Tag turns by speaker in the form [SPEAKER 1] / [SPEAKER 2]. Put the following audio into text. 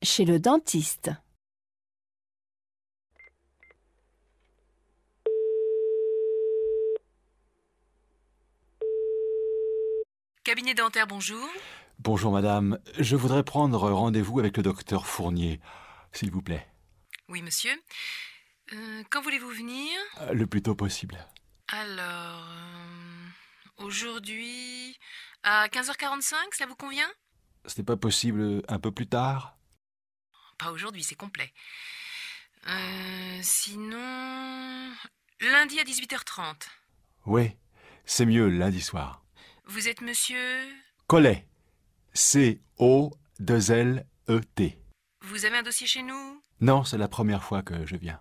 [SPEAKER 1] Chez le dentiste.
[SPEAKER 2] Cabinet dentaire, bonjour.
[SPEAKER 3] Bonjour madame, je voudrais prendre rendez-vous avec le docteur Fournier, s'il vous plaît,
[SPEAKER 2] Oui, monsieur. Euh, quand voulez-vous venir
[SPEAKER 3] Euh, le plus tôt possible.
[SPEAKER 2] Alors, euh, aujourd'hui à 15h45, cela vous convient
[SPEAKER 3] Ce n'est pas possible un peu plus tard
[SPEAKER 2] Pas aujourd'hui, c'est complet. Euh, sinon, lundi à 18h30.
[SPEAKER 3] Oui, c'est mieux lundi soir.
[SPEAKER 2] Vous êtes monsieur
[SPEAKER 3] Collet. C-O-2-L-E-T. E
[SPEAKER 2] Vous avez un dossier chez nous
[SPEAKER 3] Non, c'est la première fois que je viens.